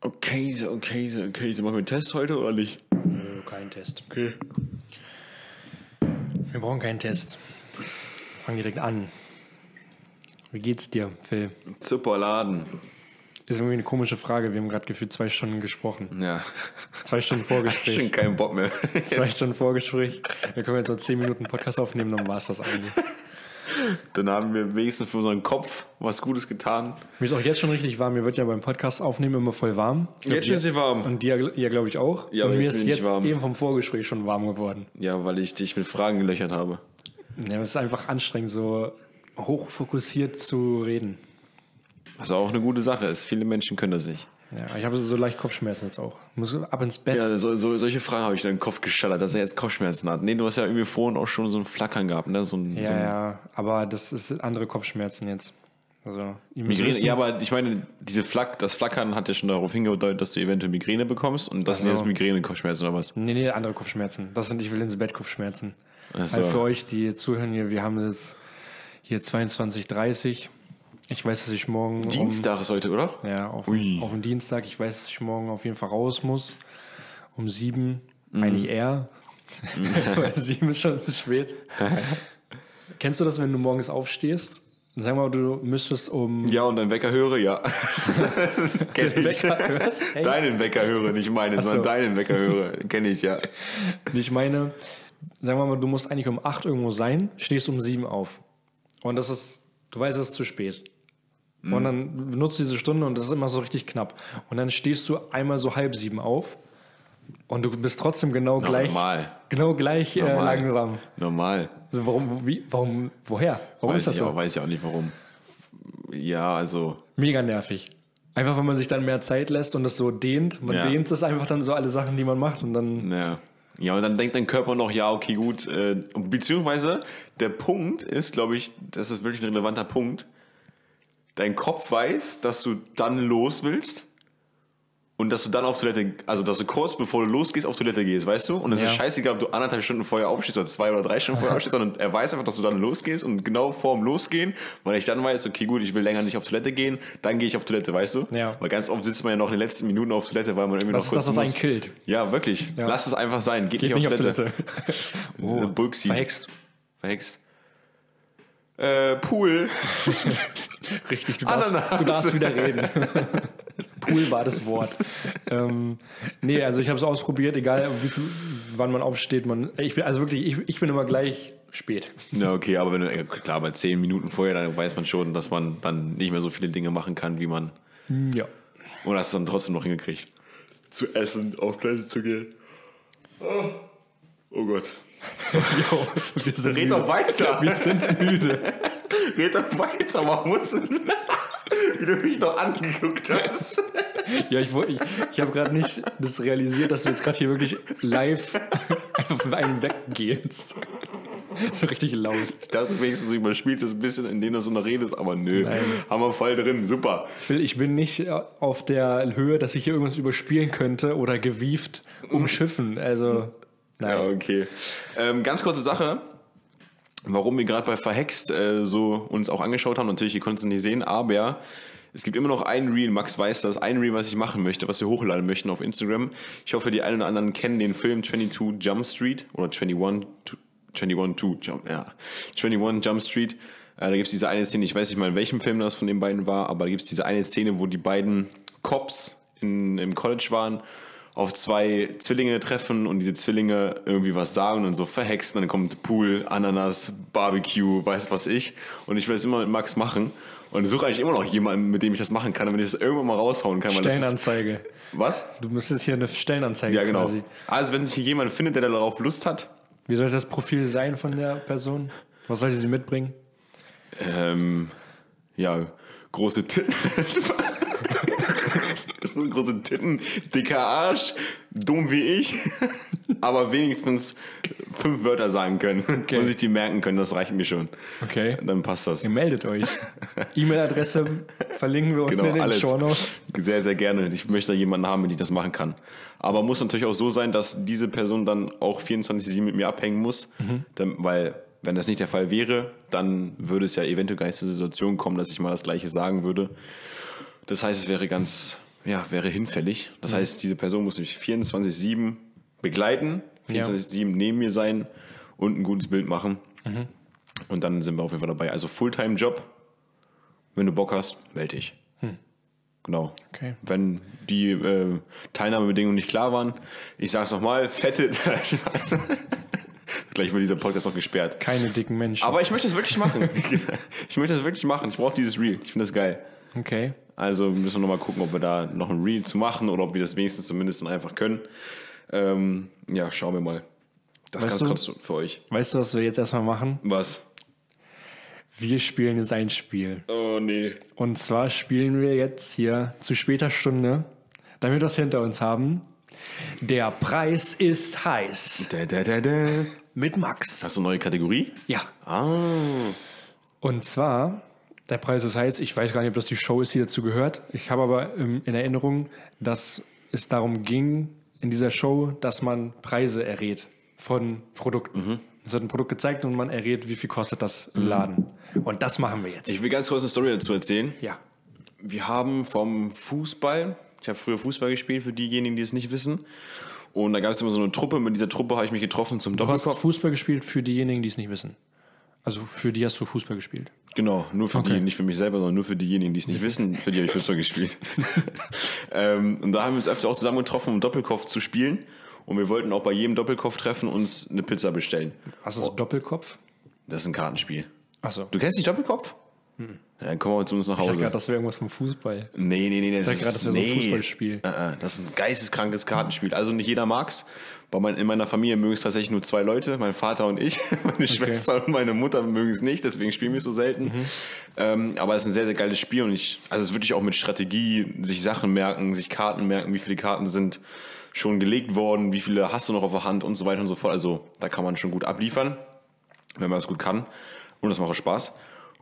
Okay, so, okay, so, okay. So, machen wir einen Test heute oder nicht? Nö, kein Test. Okay. Wir brauchen keinen Test. Fang direkt an. Wie geht's dir, Phil? Zipperladen. Ist irgendwie eine komische Frage. Wir haben gerade gefühlt zwei Stunden gesprochen. Ja. Zwei Stunden Ich schon Vorgespräch. keinen Bock mehr. Zwei Stunden Vorgespräch. Da können wir jetzt noch zehn Minuten Podcast aufnehmen, dann war's das eigentlich. Dann haben wir wenigstens für unseren Kopf was Gutes getan. Mir ist auch jetzt schon richtig warm. Mir wird ja beim Podcast aufnehmen immer voll warm. Ich glaub, Jetzt schon ist sie warm. Und dir, ja, glaube ich, auch. Ja, und aber mir jetzt ist bin ich jetzt warm. eben vom Vorgespräch schon warm geworden. Ja, weil ich dich mit Fragen gelöchert habe. Ja, aber es ist einfach anstrengend, so hochfokussiert zu reden. Was auch eine gute Sache ist. Viele Menschen können das nicht. Ja, ich habe so leicht Kopfschmerzen jetzt auch. Muss ab ins Bett. Ja, so, so, solche Fragen habe ich dann im Kopf geschallert, dass er jetzt Kopfschmerzen hat. Nee, du hast ja irgendwie vorhin auch schon so ein Flackern gehabt, ne? So ein, so Ja, ein ja, aber das ist andere Kopfschmerzen jetzt. Also, ihr müsst Migräne. wissen, Ja, aber ich meine, diese Flack, das Flackern hat ja schon darauf hingedeutet, dass du eventuell Migräne bekommst und das sind Ach so. jetzt Migräne-Kopfschmerzen oder was? nee, nee, andere Kopfschmerzen. Das sind, ich will ins Bett Kopfschmerzen. Ach so. Also für euch, die zuhören hier, wir haben jetzt hier 22.30 Ich weiß, dass ich morgen. Dienstag ist heute, oder? Um, ja, auf, Ui. auf den Dienstag. Ich weiß, dass ich morgen auf jeden Fall raus muss. Um sieben. Eigentlich eher. Weil sieben ist schon zu spät. Kennst du das, wenn du morgens aufstehst? Sag mal, du müsstest um Ja, und deinen Wecker höre, ja. Kenn ich. Wecker hörst? Echt? Deinen Wecker höre, nicht meinen, so. sondern deinen Wecker höre. Kenne ich, ja. Ich meine, sagen wir mal, du musst eigentlich um 8 irgendwo sein, stehst um 7 auf. Und das ist, du weißt, es ist zu spät. Mhm. Und dann benutzt du diese Stunde und das ist immer so richtig knapp. Und dann stehst du einmal so halb sieben auf und du bist trotzdem genau gleich. Normal. Genau gleich äh, Normal. langsam. Normal. Also warum, wie, warum, woher? Warum Weiß ist das ich, so? auch, weiß ich auch nicht, warum. Ja, also, Mega nervig. Einfach, wenn man sich dann mehr Zeit lässt und das so dehnt. Man Ja. dehnt das einfach dann so alle Sachen, die man macht und dann. naja. Ja, und dann denkt dein Körper noch, ja, okay, gut. Äh, beziehungsweise, der Punkt ist, glaube ich, das ist wirklich ein relevanter Punkt. Dein Kopf weiß, dass du dann los willst und dass du dann auf Toilette, also dass du kurz bevor du losgehst, auf Toilette gehst, weißt du? Und es Ja. ist scheißegal, ob du anderthalb Stunden vorher aufstehst oder zwei oder drei Stunden vorher aufstehst, sondern er weiß einfach, dass du dann losgehst und genau vorm Losgehen, weil ich dann weiß, okay, gut, ich will länger nicht auf Toilette gehen, dann gehe ich auf Toilette, weißt du? Ja. Weil ganz oft sitzt man ja noch in den letzten Minuten auf Toilette, weil man irgendwie Das noch ist kurz das, was muss. einen killt. Ja, wirklich. Ja. Lass es einfach sein. Geht, Geht nicht, nicht auf Toilette. Oh, Bulksi. verhext. Verhext. Äh, Pool. Richtig, du darfst, Ananas. du darfst wieder reden. Pool war das Wort. ähm, nee, also ich habe es ausprobiert, egal wie viel, wann man aufsteht. Man, ich bin, also wirklich, ich, ich bin immer gleich spät. Na, okay, aber wenn du, äh, klar, bei zehn Minuten vorher, dann weiß man schon, dass man dann nicht mehr so viele Dinge machen kann, wie man. Hm, Ja. Und hast es dann trotzdem noch hingekriegt. Zu essen, auf Toilette zu gehen. Oh, oh Gott. Jo, wir sind Red doch müde. weiter. Wir sind müde. Red doch weiter. Man muss. wie du mich noch angeguckt hast. Ja, ich, wollte- ich, ich habe gerade nicht das realisiert, dass du jetzt gerade hier wirklich live auf einen weggehst. So richtig laut. Ich dachte wenigstens, du überspielst es ein bisschen, indem du so noch redest, aber nö. Nein. Haben wir voll drin. Super. Will, ich bin nicht äh, auf der Höhe, dass ich hier irgendwas überspielen könnte oder gewieft umschiffen. Also, nein. Ja, okay. Ähm, ganz kurze Sache, warum wir gerade bei Verhext äh, so uns auch angeschaut haben. Natürlich, ihr konntet es nicht sehen, aber es gibt immer noch ein Reel, Max weiß das, ein Reel, was ich machen möchte, was wir hochladen möchten auf Instagram. Ich hoffe, die einen oder anderen kennen den Film 22 Jump Street oder 21, to- 21, to Jump, ja, 21 Jump Street. Äh, da gibt es diese eine Szene, ich weiß nicht mal, in welchem Film das von den beiden war, aber da gibt es diese eine Szene, wo die beiden Cops in, im College waren auf zwei Zwillinge treffen und diese Zwillinge irgendwie was sagen und dann so verhexen. Dann kommt Pool, Ananas, Barbecue, weiß was ich. Und ich will es immer mit Max machen. Und suche eigentlich immer noch jemanden, mit dem ich das machen kann, damit ich das irgendwann mal raushauen kann. Weil das ist, Stellenanzeige. was? Du müsstest hier eine Stellenanzeige Ja, genau. quasi. Also, wenn sich hier jemand findet, der darauf Lust hat, Wie sollte das Profil sein von der Person? Was sollte sie mitbringen? ähm, ja, große Titten. große Titten, dicker Arsch, dumm wie ich, aber wenigstens fünf Wörter sagen können und sich die merken können, das reicht mir schon. Okay. Dann passt das. Ihr meldet euch. E-Mail-Adresse verlinken wir unten Genau, in den alles. Shownotes. Sehr, sehr gerne. Ich möchte da jemanden haben, mit dem ich das machen kann. Aber muss natürlich auch so sein, dass diese Person dann auch 24-7 mit mir abhängen muss. Mhm. Dann, weil, wenn das nicht der Fall wäre, dann würde es ja eventuell gar nicht zur Situation kommen, dass ich mal das Gleiche sagen würde. Das heißt, es wäre ganz ja, wäre hinfällig. Mhm. Das heißt, diese Person muss mich 24-7 begleiten, 24-7 neben mir sein und ein gutes Bild machen. Mhm. Und dann sind wir auf jeden Fall dabei. Also Fulltime-Job, wenn du Bock hast, melde dich. Genau. Hm. Okay. Wenn die äh, Teilnahmebedingungen nicht klar waren, ich sag's nochmal, fette. Gleich wird dieser Podcast noch gesperrt. Keine dicken Menschen. Aber ich möchte es wirklich machen. ich möchte es wirklich machen. Ich brauche dieses Reel. Ich finde das geil. okay. Also müssen wir nochmal gucken, ob wir da noch ein Reel zu machen oder ob wir das wenigstens zumindest dann einfach können. Ähm, ja, schauen wir mal. Das Weißt ganz du- kurz für euch. Weißt du, was wir jetzt erstmal machen? Was? Wir spielen jetzt ein Spiel. Oh nee. Und zwar spielen wir jetzt hier zu später Stunde, damit wir es hinter uns haben. Der Preis ist heiß. Da, da, da, da. Mit Max. Hast du eine neue Kategorie? Ja. Ah. Und zwar, der Preis ist heiß. Ich weiß gar nicht, ob das die Show ist, die dazu gehört. Ich habe aber ähm, in Erinnerung, dass es darum ging, in dieser Show, dass man Preise errät von Produkten. Es wird ein Produkt gezeigt und man errät, wie viel kostet das im Laden. Und das machen wir jetzt. Ich will ganz kurz eine Story dazu erzählen. ja. wir haben vom Fußball, ich habe früher Fußball gespielt, für diejenigen, die es nicht wissen. Und da gab es immer so eine Truppe, mit dieser Truppe habe ich mich getroffen zum Du hast Doppelkopf. Fußball gespielt für diejenigen, die es nicht wissen. Also für die hast du Fußball gespielt. Genau, nur für die, nicht für mich selber, sondern nur für diejenigen, die es nicht wissen, für die habe ich Fußball gespielt. ähm, und da haben wir uns öfter auch zusammengetroffen, um Doppelkopf zu spielen. Und wir wollten auch bei jedem Doppelkopf-Treffen uns eine Pizza bestellen. Hast du so Doppelkopf? Das ist ein Kartenspiel. Achso. Du kennst nicht Doppelkopf? Ja, dann kommen wir zu uns nach Hm. Ich dachte Hause. gerade, das wäre irgendwas vom Fußball. Nee, nee, nee. Das dachte gerade, das wäre so ein Fußballspiel. Äh, äh, das ist ein geisteskrankes Kartenspiel. Also nicht jeder mag's. Bei mein, in meiner Familie mögen es tatsächlich nur zwei Leute, mein Vater und ich. Meine Schwester und meine Mutter mögen es nicht, deswegen spielen wir es so selten. Ähm, aber es ist ein sehr, sehr geiles Spiel und ich, also es ist wirklich auch mit Strategie, sich Sachen merken, sich Karten merken, wie viele Karten sind schon gelegt worden, wie viele hast du noch auf der Hand und so weiter und so fort. Also da kann man schon gut abliefern wenn man das gut kann. Und das macht auch Spaß.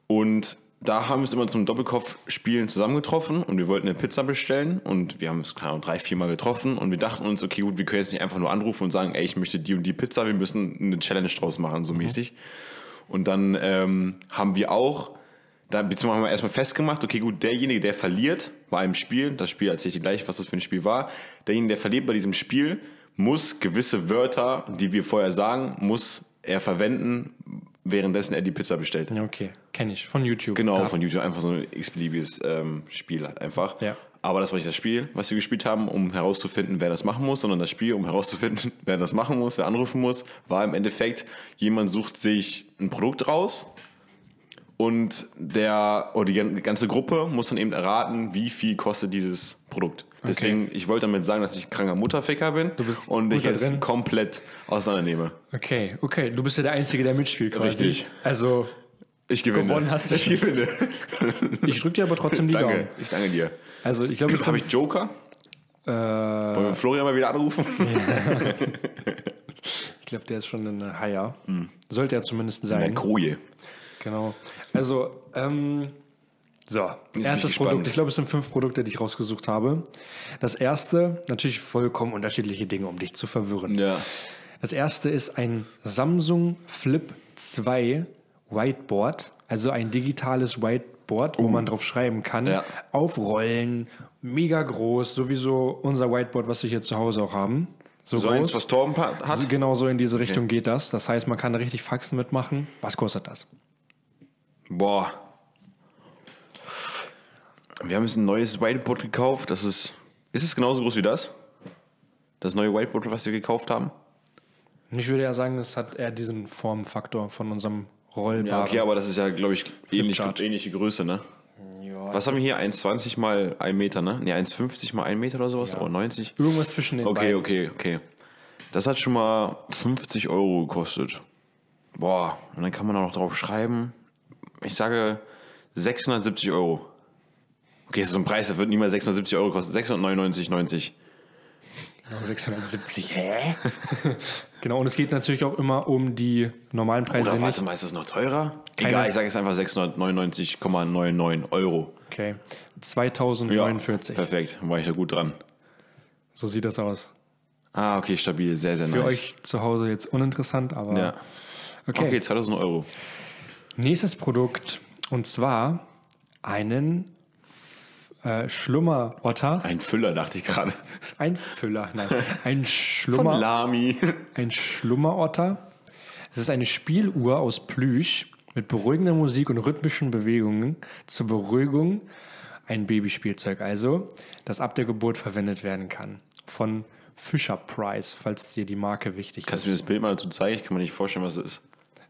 Und da haben wir uns immer zum Doppelkopf-Spielen zusammengetroffen und wir wollten eine Pizza bestellen und wir haben es keine Ahnung, drei, vier Mal getroffen und wir dachten uns, okay, gut, wir können jetzt nicht einfach nur anrufen und sagen, ey, ich möchte die und die Pizza, wir müssen eine Challenge draus machen, so mäßig. Und dann ähm, haben wir auch, da, beziehungsweise haben wir erstmal festgemacht, okay, gut, derjenige, der verliert bei einem Spiel, das Spiel erzähle ich dir gleich, was das für ein Spiel war, derjenige, der verliert bei diesem Spiel, muss gewisse Wörter, die wir vorher sagen, muss er verwenden, währenddessen er die Pizza bestellt. Ja, okay. Kenne ich. Von YouTube. Genau, Ja. von YouTube einfach so ein x-beliebiges ähm, Spiel halt einfach. Ja. Aber das war nicht das Spiel, was wir gespielt haben, um herauszufinden, wer das machen muss, sondern das Spiel, um herauszufinden, wer das machen muss, wer anrufen muss, war im Endeffekt, jemand sucht sich ein Produkt raus und der oder die gan- ganze Gruppe muss dann eben erraten, wie viel kostet dieses Produkt. Deswegen, ich wollte damit sagen, dass ich ein kranker Mutterficker bin Du bist und gut ich da jetzt drin. komplett auseinandernehme. Okay, okay. Du bist ja der Einzige, der mitspielt quasi. Richtig. Also, Ich gewinne. Gewonnen hast du ich gewinne. ich drücke dir aber trotzdem die Daumen. danke, ich danke dir. Also, ich glaube, es Habe habe ich Joker? Äh, Wollen wir Florian mal wieder anrufen? ich glaube, der ist schon ein Haier. Hm. Sollte er zumindest sein. Nein, Koje. Genau. Also, ähm, so. ich Erstes gespannt. Produkt. Ich glaube, es sind fünf Produkte, die ich rausgesucht habe. Das erste, natürlich vollkommen unterschiedliche Dinge, um dich zu verwirren. Ja. Das erste ist ein Samsung Flip 2 Whiteboard, also ein digitales Whiteboard, wo man drauf schreiben kann, Oh. Ja. aufrollen, mega groß, sowieso unser Whiteboard, was wir hier zu Hause auch haben. So, So groß. eins, was Torben pa- hat? Also genau so in diese Richtung geht das. Das heißt, man kann da richtig Faxen mitmachen. Was kostet das? Boah. Wir haben jetzt ein neues Whiteboard gekauft. Das ist. Ist es genauso groß wie das? Das neue Whiteboard, was wir gekauft haben? Und ich würde ja sagen, es hat eher diesen Formfaktor von unserem Ja, Rollbar. okay, aber das ist ja, glaube ich, ähnlich, Flipchart. ähnliche Größe, ne? Was haben wir hier? 1,20 mal 1 Meter, ne? Ne, 1,50 mal 1 Meter oder sowas? Oh, 90? Irgendwas zwischen den Okay, beiden. okay, okay. Das hat schon mal 50 Euro gekostet. Boah, und dann kann man auch noch drauf schreiben. Ich sage 670 Euro. Okay, das ist so ein Preis, der wird niemals 670 Euro kosten. 699,90. Genau, 670, hä? genau, und es geht natürlich auch immer um die normalen Preise Oder Also nicht. warte mal, ist das noch teurer? Keine- Egal, ich sage jetzt einfach 699,99 Euro. Okay. Ja, 2049. Perfekt, war ich da gut dran. so sieht das aus. Ah, okay, stabil, sehr, sehr Für nice. euch zu Hause jetzt uninteressant, aber Ja. okay. Okay. 2000 Euro. Nächstes Produkt und zwar einen äh, Schlummerotter, Ein Füller, dachte ich gerade. ein Füller, nein, ein Von Schlummer, Lami. ein Schlummerotter. Es ist eine Spieluhr aus Plüsch mit beruhigender Musik und rhythmischen Bewegungen zur Beruhigung. Ein Babyspielzeug also, das ab der Geburt verwendet werden kann. Von Fisher Price, falls dir die Marke wichtig Kannst ist. du mir das Bild mal dazu zeigen? Ich kann mir nicht vorstellen, was es ist.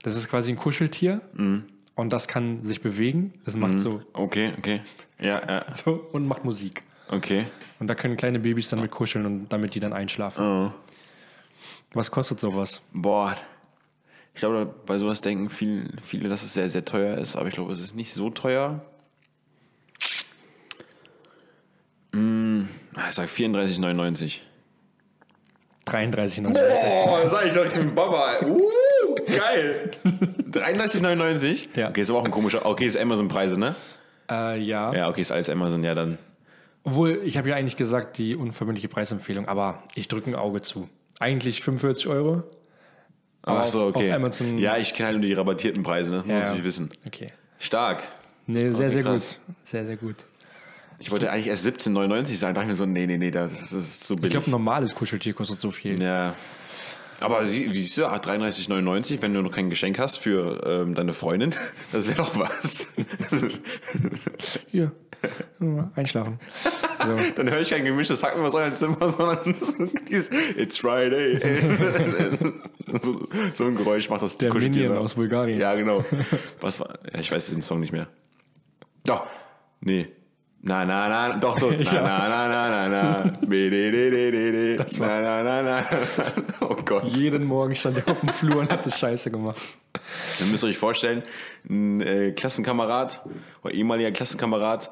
Das ist quasi ein Kuscheltier Mhm. und das kann sich bewegen. Das macht so, Okay, okay. Ja, ja. so und macht Musik. Okay. Und da können kleine Babys dann mit kuscheln und damit die dann einschlafen. Oh. Was kostet sowas? Boah. Ich glaube, bei sowas denken viele, viele, dass es sehr, sehr teuer ist, aber ich glaube, es ist nicht so teuer. Mm, Ich sag 34,99. 33,99. Boah, Oh, sag ich doch, ich bin Baba. Uh, geil. 33,99? Ja. Okay, ist aber auch ein komischer. Okay, ist Amazon-Preise, ne? Äh, ja. Ja, okay, ist alles Amazon, ja, dann. Obwohl, ich habe ja eigentlich gesagt, die unverbindliche Preisempfehlung, aber ich drücke ein Auge zu. Eigentlich 45 Euro. Ach auf- so, okay. auf Amazon- Ja, ich kenne halt nur die rabattierten Preise, ne? Das muss man Ja. natürlich wissen. Okay. Stark. Nee, sehr, Okay, sehr krass. gut. Sehr, sehr gut. Ich wollte eigentlich erst 17,99 sagen, dachte ich mir so, nee, nee, nee, das ist, das ist zu Ich billig. glaube, ein normales Kuscheltier kostet so viel. ja. Aber sie- siehst du, ah, 33,99, wenn du noch kein Geschenk hast für ähm, deine Freundin, das wäre doch was. Hier. Ja, Einschlafen. So. Dann höre ich kein gemischtes Hacken aus eurem Zimmer, sondern so dieses It's Friday. so, so ein Geräusch macht das Der Kuscheltier Minion da. aus Bulgarien. Ja, genau. Was war. Ja, ich weiß den Song nicht mehr. Doch. Nee. Na, na, na, doch, so. Na, na, na, na, na, na. Bi, di, di, di, di, di. Na, na, na, na. Oh Gott. Jeden Morgen stand er auf dem Flur und hat das Scheiße gemacht. Ihr müsst euch vorstellen, ein äh, Klassenkamerad oder ehemaliger Klassenkamerad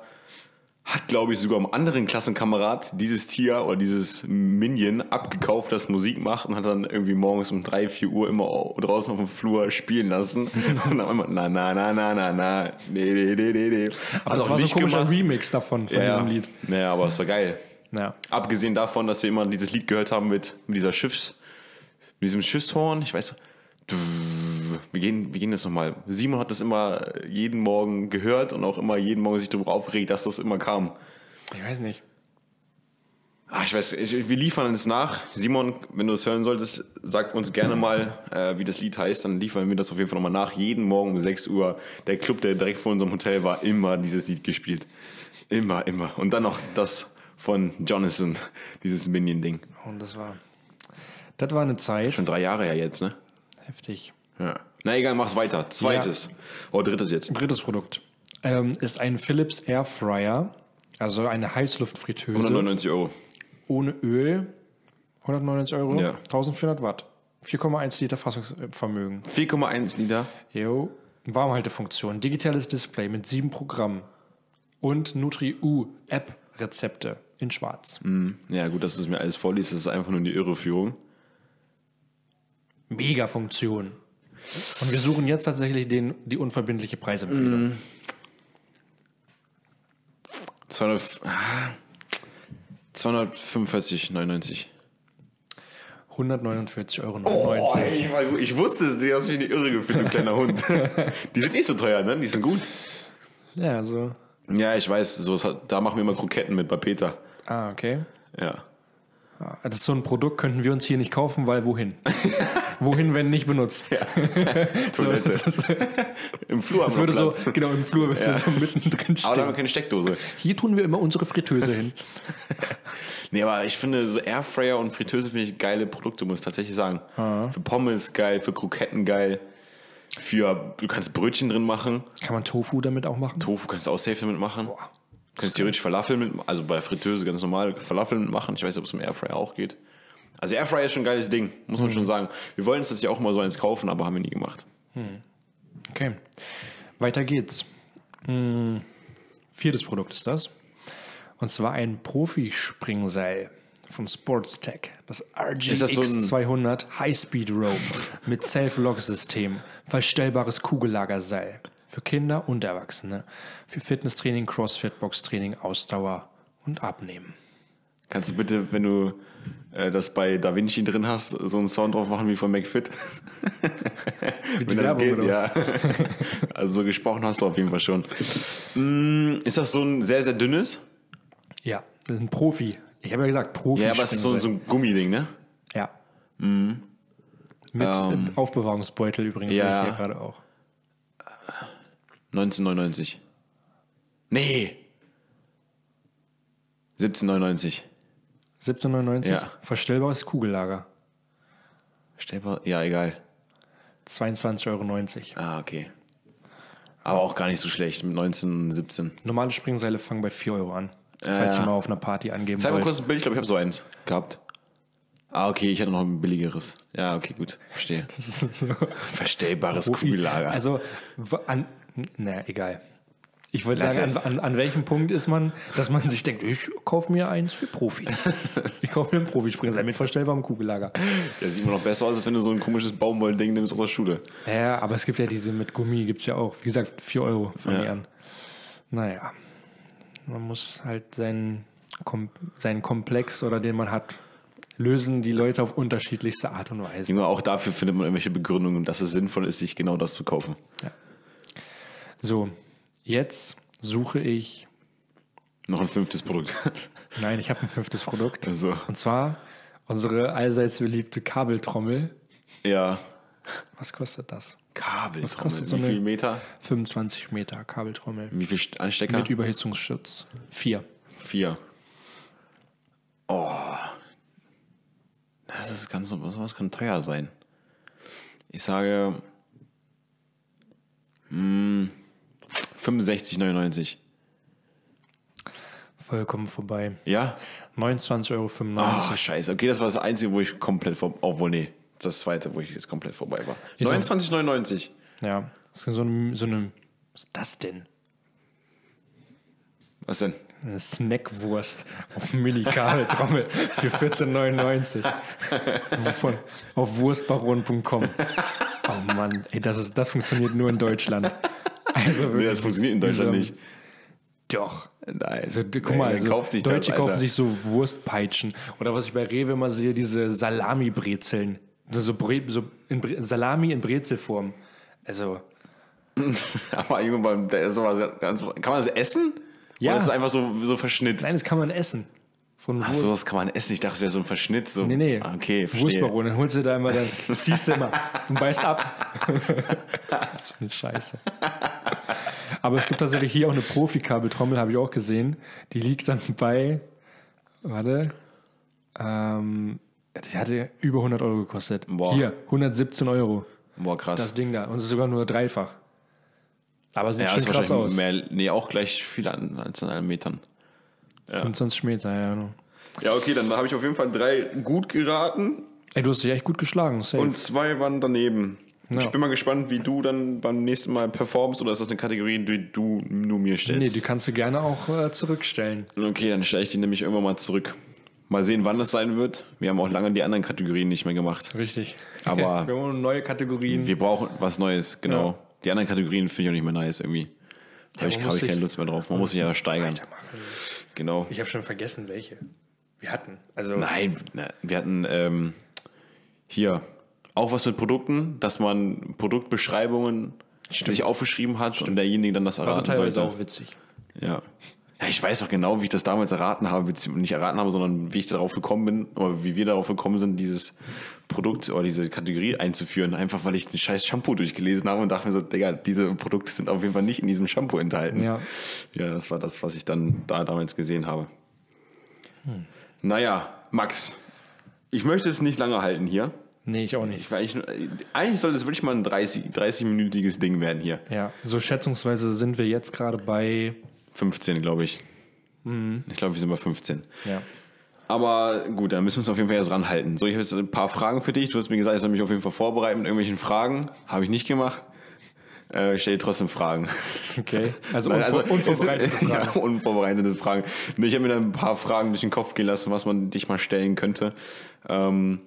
hat, glaube ich, sogar einem anderen Klassenkamerad dieses Tier oder dieses Minion abgekauft, das Musik macht und hat dann irgendwie morgens um 3, 4 Uhr immer au- draußen auf dem Flur spielen lassen. und dann immer na, na, na, na, na, na, nee, nee, nee, nee, nee. Aber das war so ein komischer Remix davon, von ja, diesem Lied. Ja, naja, aber es war geil. Ja. Abgesehen davon, dass wir immer dieses Lied gehört haben mit, mit dieser Schiffs, mit diesem Schiffshorn, ich weiß, du- wir gehen, wir gehen das nochmal. Simon hat das immer jeden Morgen gehört und auch immer jeden Morgen sich darüber aufgeregt, dass das immer kam. Ich weiß nicht. Ah, ich weiß, ich, wir liefern es nach. Simon, wenn du es hören solltest, sag uns gerne mal, äh, wie das Lied heißt, dann liefern wir das auf jeden Fall nochmal nach. Jeden Morgen um 6 Uhr, der Club, der direkt vor unserem Hotel war, immer dieses Lied gespielt. Immer, immer. Und dann noch das von Jonathan, dieses Minion-Ding. Und das war. Das war eine Zeit. Schon drei Jahre ja jetzt, ne? Heftig. Ja. Na egal, mach's weiter. Zweites. Oh, drittes jetzt. Drittes Produkt ähm, ist ein Philips Airfryer, also eine Heißluftfritteuse 199 Euro. ohne Öl. 199 Euro, Ja. 1400 Watt, 4,1 Liter Fassungsvermögen. 4,1 Liter. Jo. Warmhaltefunktion, digitales Display mit sieben Programmen und Nutri-U-App-Rezepte in Schwarz. Hm. Ja, gut, dass du es mir alles vorliest. Das ist einfach nur die Irreführung. Mega Funktion. Und wir suchen jetzt tatsächlich den, die unverbindliche Preisempfehlung. Mhm. 200 ah, 245,99. 149,99 Euro. ich, war gut. ich wusste es, du hast mich in die Irre geführt, du kleiner Hund. Die sind nicht so teuer, ne? Die sind gut. Oh. Ja, also. Ja, ich weiß, sowas hat, da machen wir immer Kroketten mit bei Peter. Ah, okay. Ja. Ah, Das ist so ein Produkt, könnten wir uns hier nicht kaufen, weil wohin? wohin, wenn nicht benutzt? Toilette. Im Flur haben Das wir würde noch so, Platz. genau, im Flur würde so mittendrin Aber da haben stehen. wir keine Steckdose. Hier tun wir immer unsere Fritteuse hin. Nee, aber ich finde so Airfryer und Fritteuse finde ich geile Produkte, muss ich tatsächlich sagen. Für Pommes geil, für Kroketten geil. Für, du kannst Brötchen drin machen, Kann man Tofu damit auch machen? Tofu kannst du auch safe damit machen. Du kannst theoretisch Falafeln mit, also bei Fritteuse ganz normal Falafeln mitmachen. Ich weiß nicht, ob es im Airfryer auch geht. Also Airfryer ist schon ein geiles Ding, muss man schon sagen. Wir wollen uns das ja auch mal so eins kaufen, aber haben wir nie gemacht. Okay. Weiter geht's. Hm, viertes Produkt ist das. Und zwar ein Profispringseil von Sportstech. Das Ist das so ein- RGX200 High-Speed Rope mit Self-Lock-System. Verstellbares Kugellagerseil. Für Kinder und Erwachsene. Für Fitnesstraining, Crossfit, Boxtraining, Ausdauer und Abnehmen. Kannst du bitte, wenn du äh, das bei Da Vinci drin hast, so einen Sound drauf machen wie von McFit? die wenn das Werbung geht, oder ja. Also so gesprochen hast du auf jeden Fall schon. Mm, Ist das so ein sehr, sehr dünnes? Ja, das ist ein Profi. Ich habe ja gesagt, Profi. Ja, aber es ist so, Springen so ein Gummiding, ne? sein. Ja. Mit äh, Aufbewahrungsbeutel übrigens Ähm. ja. sehe ich hier gerade auch. 1999. Nee. 1799. 1799. Ja. Verstellbares Kugellager. Stellbar. Ja, egal. 22,90 Euro. Ah, okay. Aber auch gar nicht so schlecht mit 1917. Normale Springseile fangen bei 4 Euro an. falls ja. ihr mal auf einer Party angeben Zeig mal wollt. kurz ein Bild, ich glaube, ich habe so eins gehabt. Ah, okay, ich hatte noch ein billigeres. Ja, okay, gut. Verstehe. Verstellbares Kugellager. Also, w- an, naja, egal. Ich wollte Lass sagen, an, es. an, an welchem Punkt ist man, dass man sich denkt, ich kaufe mir eins für Profis. Ich kaufe mir einen Profispringseil mit verstellbarem Kugellager. Der sieht immer noch besser aus, als wenn du so ein komisches Baumwollding nimmst aus der Schule. Ja, aber es gibt ja diese mit Gummi, gibt es ja auch. Wie gesagt, 4 Euro von Ja. mir an. Naja, man muss halt seinen, Kom seinen Komplex oder den man hat, lösen die Leute auf unterschiedlichste Art und Weise. Junge, auch dafür findet man irgendwelche Begründungen, dass es sinnvoll ist, sich genau das zu kaufen. So, jetzt suche ich. Noch ein fünftes Produkt. Nein, ich habe ein fünftes Produkt. Also, Und zwar unsere allseits beliebte Kabeltrommel. ja. Was kostet das? Kabel. Was kostet so Wie eine- viel Meter? 25 Meter Kabeltrommel. Wie viel St- Anstecker? Mit Überhitzungsschutz. Vier. Vier. Oh. Das ist ganz, sowas kann teuer sein. Ich sage. hm, Mh, 65,99. Vollkommen vorbei. Ja? 29,95 Euro. Oh. Ah, scheiße. Okay, das war das Einzige, wo ich komplett vorbei Obwohl, nee. Das zweite, wo ich jetzt komplett vorbei war. sag- 29,99. Ja. Das ist so eine, so eine. Was ist das denn? Was denn? Eine Snackwurst auf Mini-Kabeltrommel für 14,99. Von, auf wurstbaron.com. Oh Mann, ey, das, ist, das funktioniert nur in Deutschland. Also Nee, das funktioniert in Deutschland Wieso? nicht. Doch. Nein. Also, d- guck mal, Nein, also, kauft sich das, Deutsche kaufen Alter. sich so Wurstpeitschen. Oder was ich bei Rewe immer sehe, diese Salami-Brezeln. So, Bre so in Bre Salami in Brezelform. Also, Aber Junge, beim- da ist sowas ganz, kann man das essen? Ja. Oder ist das einfach so, so Verschnitt? nein, das kann man essen. Von Ach Wurst. so, das kann man essen. Ich dachte, es wäre so ein Verschnitt. So. Nee, nee. Ah, Okay, verstehe. Wurstbaron, dann holst du da immer, dann ziehst du immer und beißt ab. Was für eine Scheiße. Aber es gibt tatsächlich hier auch eine Profikabeltrommel, habe ich auch gesehen. Die liegt dann bei, warte, ähm, die hatte über 100 Euro gekostet. Boah. Hier, 117 Euro, Boah, krass. das Ding da. Und es ist sogar nur dreifach. Aber sieht ja, schon ist krass wahrscheinlich aus. mehr, nee, auch gleich viel an, als an einem Metern. 25 Meter, ja. genau. Ja, okay, dann habe ich auf jeden Fall drei gut geraten Ey, du hast dich echt gut geschlagen. Safe. und zwei waren daneben. Ja. Ich bin mal gespannt, wie du dann beim nächsten Mal performst oder ist das eine Kategorie, die du nur mir nee, stellst? die kannst du gerne auch äh, zurückstellen. okay, dann stelle ich die nämlich irgendwann mal zurück. Mal sehen, wann das sein wird. Wir haben auch lange die anderen Kategorien nicht mehr gemacht. Richtig. Aber- wir haben neue Kategorien. Ah. Wir brauchen was Neues, genau. Ja. Die anderen Kategorien finde ich auch nicht mehr nice irgendwie. Da habe ich, man hab muss ich keine sich- Lust mehr drauf. Man muss sich ja steigern. Genau. Ich habe schon vergessen, welche wir hatten. Also Nein, na, wir hatten ähm, hier auch was mit Produkten, dass man Produktbeschreibungen sich aufgeschrieben hat und derjenige dann das war erraten teilweise sollte. auch witzig. Ja. ja, ich weiß auch genau, wie ich das damals erraten habe, beziehungsweise nicht erraten habe, sondern wie ich darauf gekommen bin, oder wie wir darauf gekommen sind, dieses Produkt oder diese Kategorie einzuführen. Einfach, weil ich den scheiß Shampoo durchgelesen habe und dachte mir so, Digga, diese Produkte sind auf jeden Fall nicht in diesem Shampoo enthalten. Ja. Ja, das war das, was ich dann da damals gesehen habe. Naja, Max, ich möchte es nicht lange halten hier. Nee, ich auch nicht. Ich, weiß nur- eigentlich sollte es wirklich mal ein 30 30-minütiges Ding werden hier. Ja, so schätzungsweise sind wir jetzt gerade bei. 15, glaube ich. Ich glaube, wir sind bei 15. Ja. Aber gut, dann müssen wir uns auf jeden Fall erst ranhalten. So, ich habe jetzt ein paar Fragen für dich. Du hast mir gesagt, ich soll mich auf jeden Fall vorbereiten mit irgendwelchen Fragen. Habe ich nicht gemacht. Äh, ich stelle dir trotzdem Fragen. Okay. Also, Nein, unvor unvorbereitete es sind- Fragen. Ja, unvorbereitete Fragen. Nee, Ich habe mir da ein paar Fragen durch den Kopf gehen lassen, was man dich mal stellen könnte. Ähm,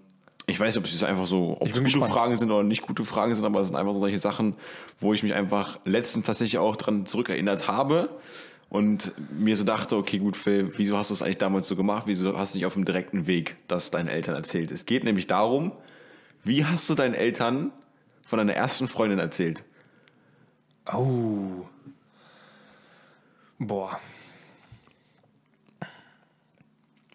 ich weiß, ob es einfach so, ob es gute bin gespannt. Fragen sind oder nicht gute Fragen sind, aber es sind einfach so solche Sachen, wo ich mich einfach letztens tatsächlich auch dran zurückerinnert habe und mir so dachte, okay, gut, Phil, wieso hast du es eigentlich damals so gemacht? Wieso hast du nicht auf dem direkten Weg das deinen Eltern erzählt? Es geht nämlich darum, wie hast du deinen Eltern von deiner ersten Freundin erzählt? Oh. Boah.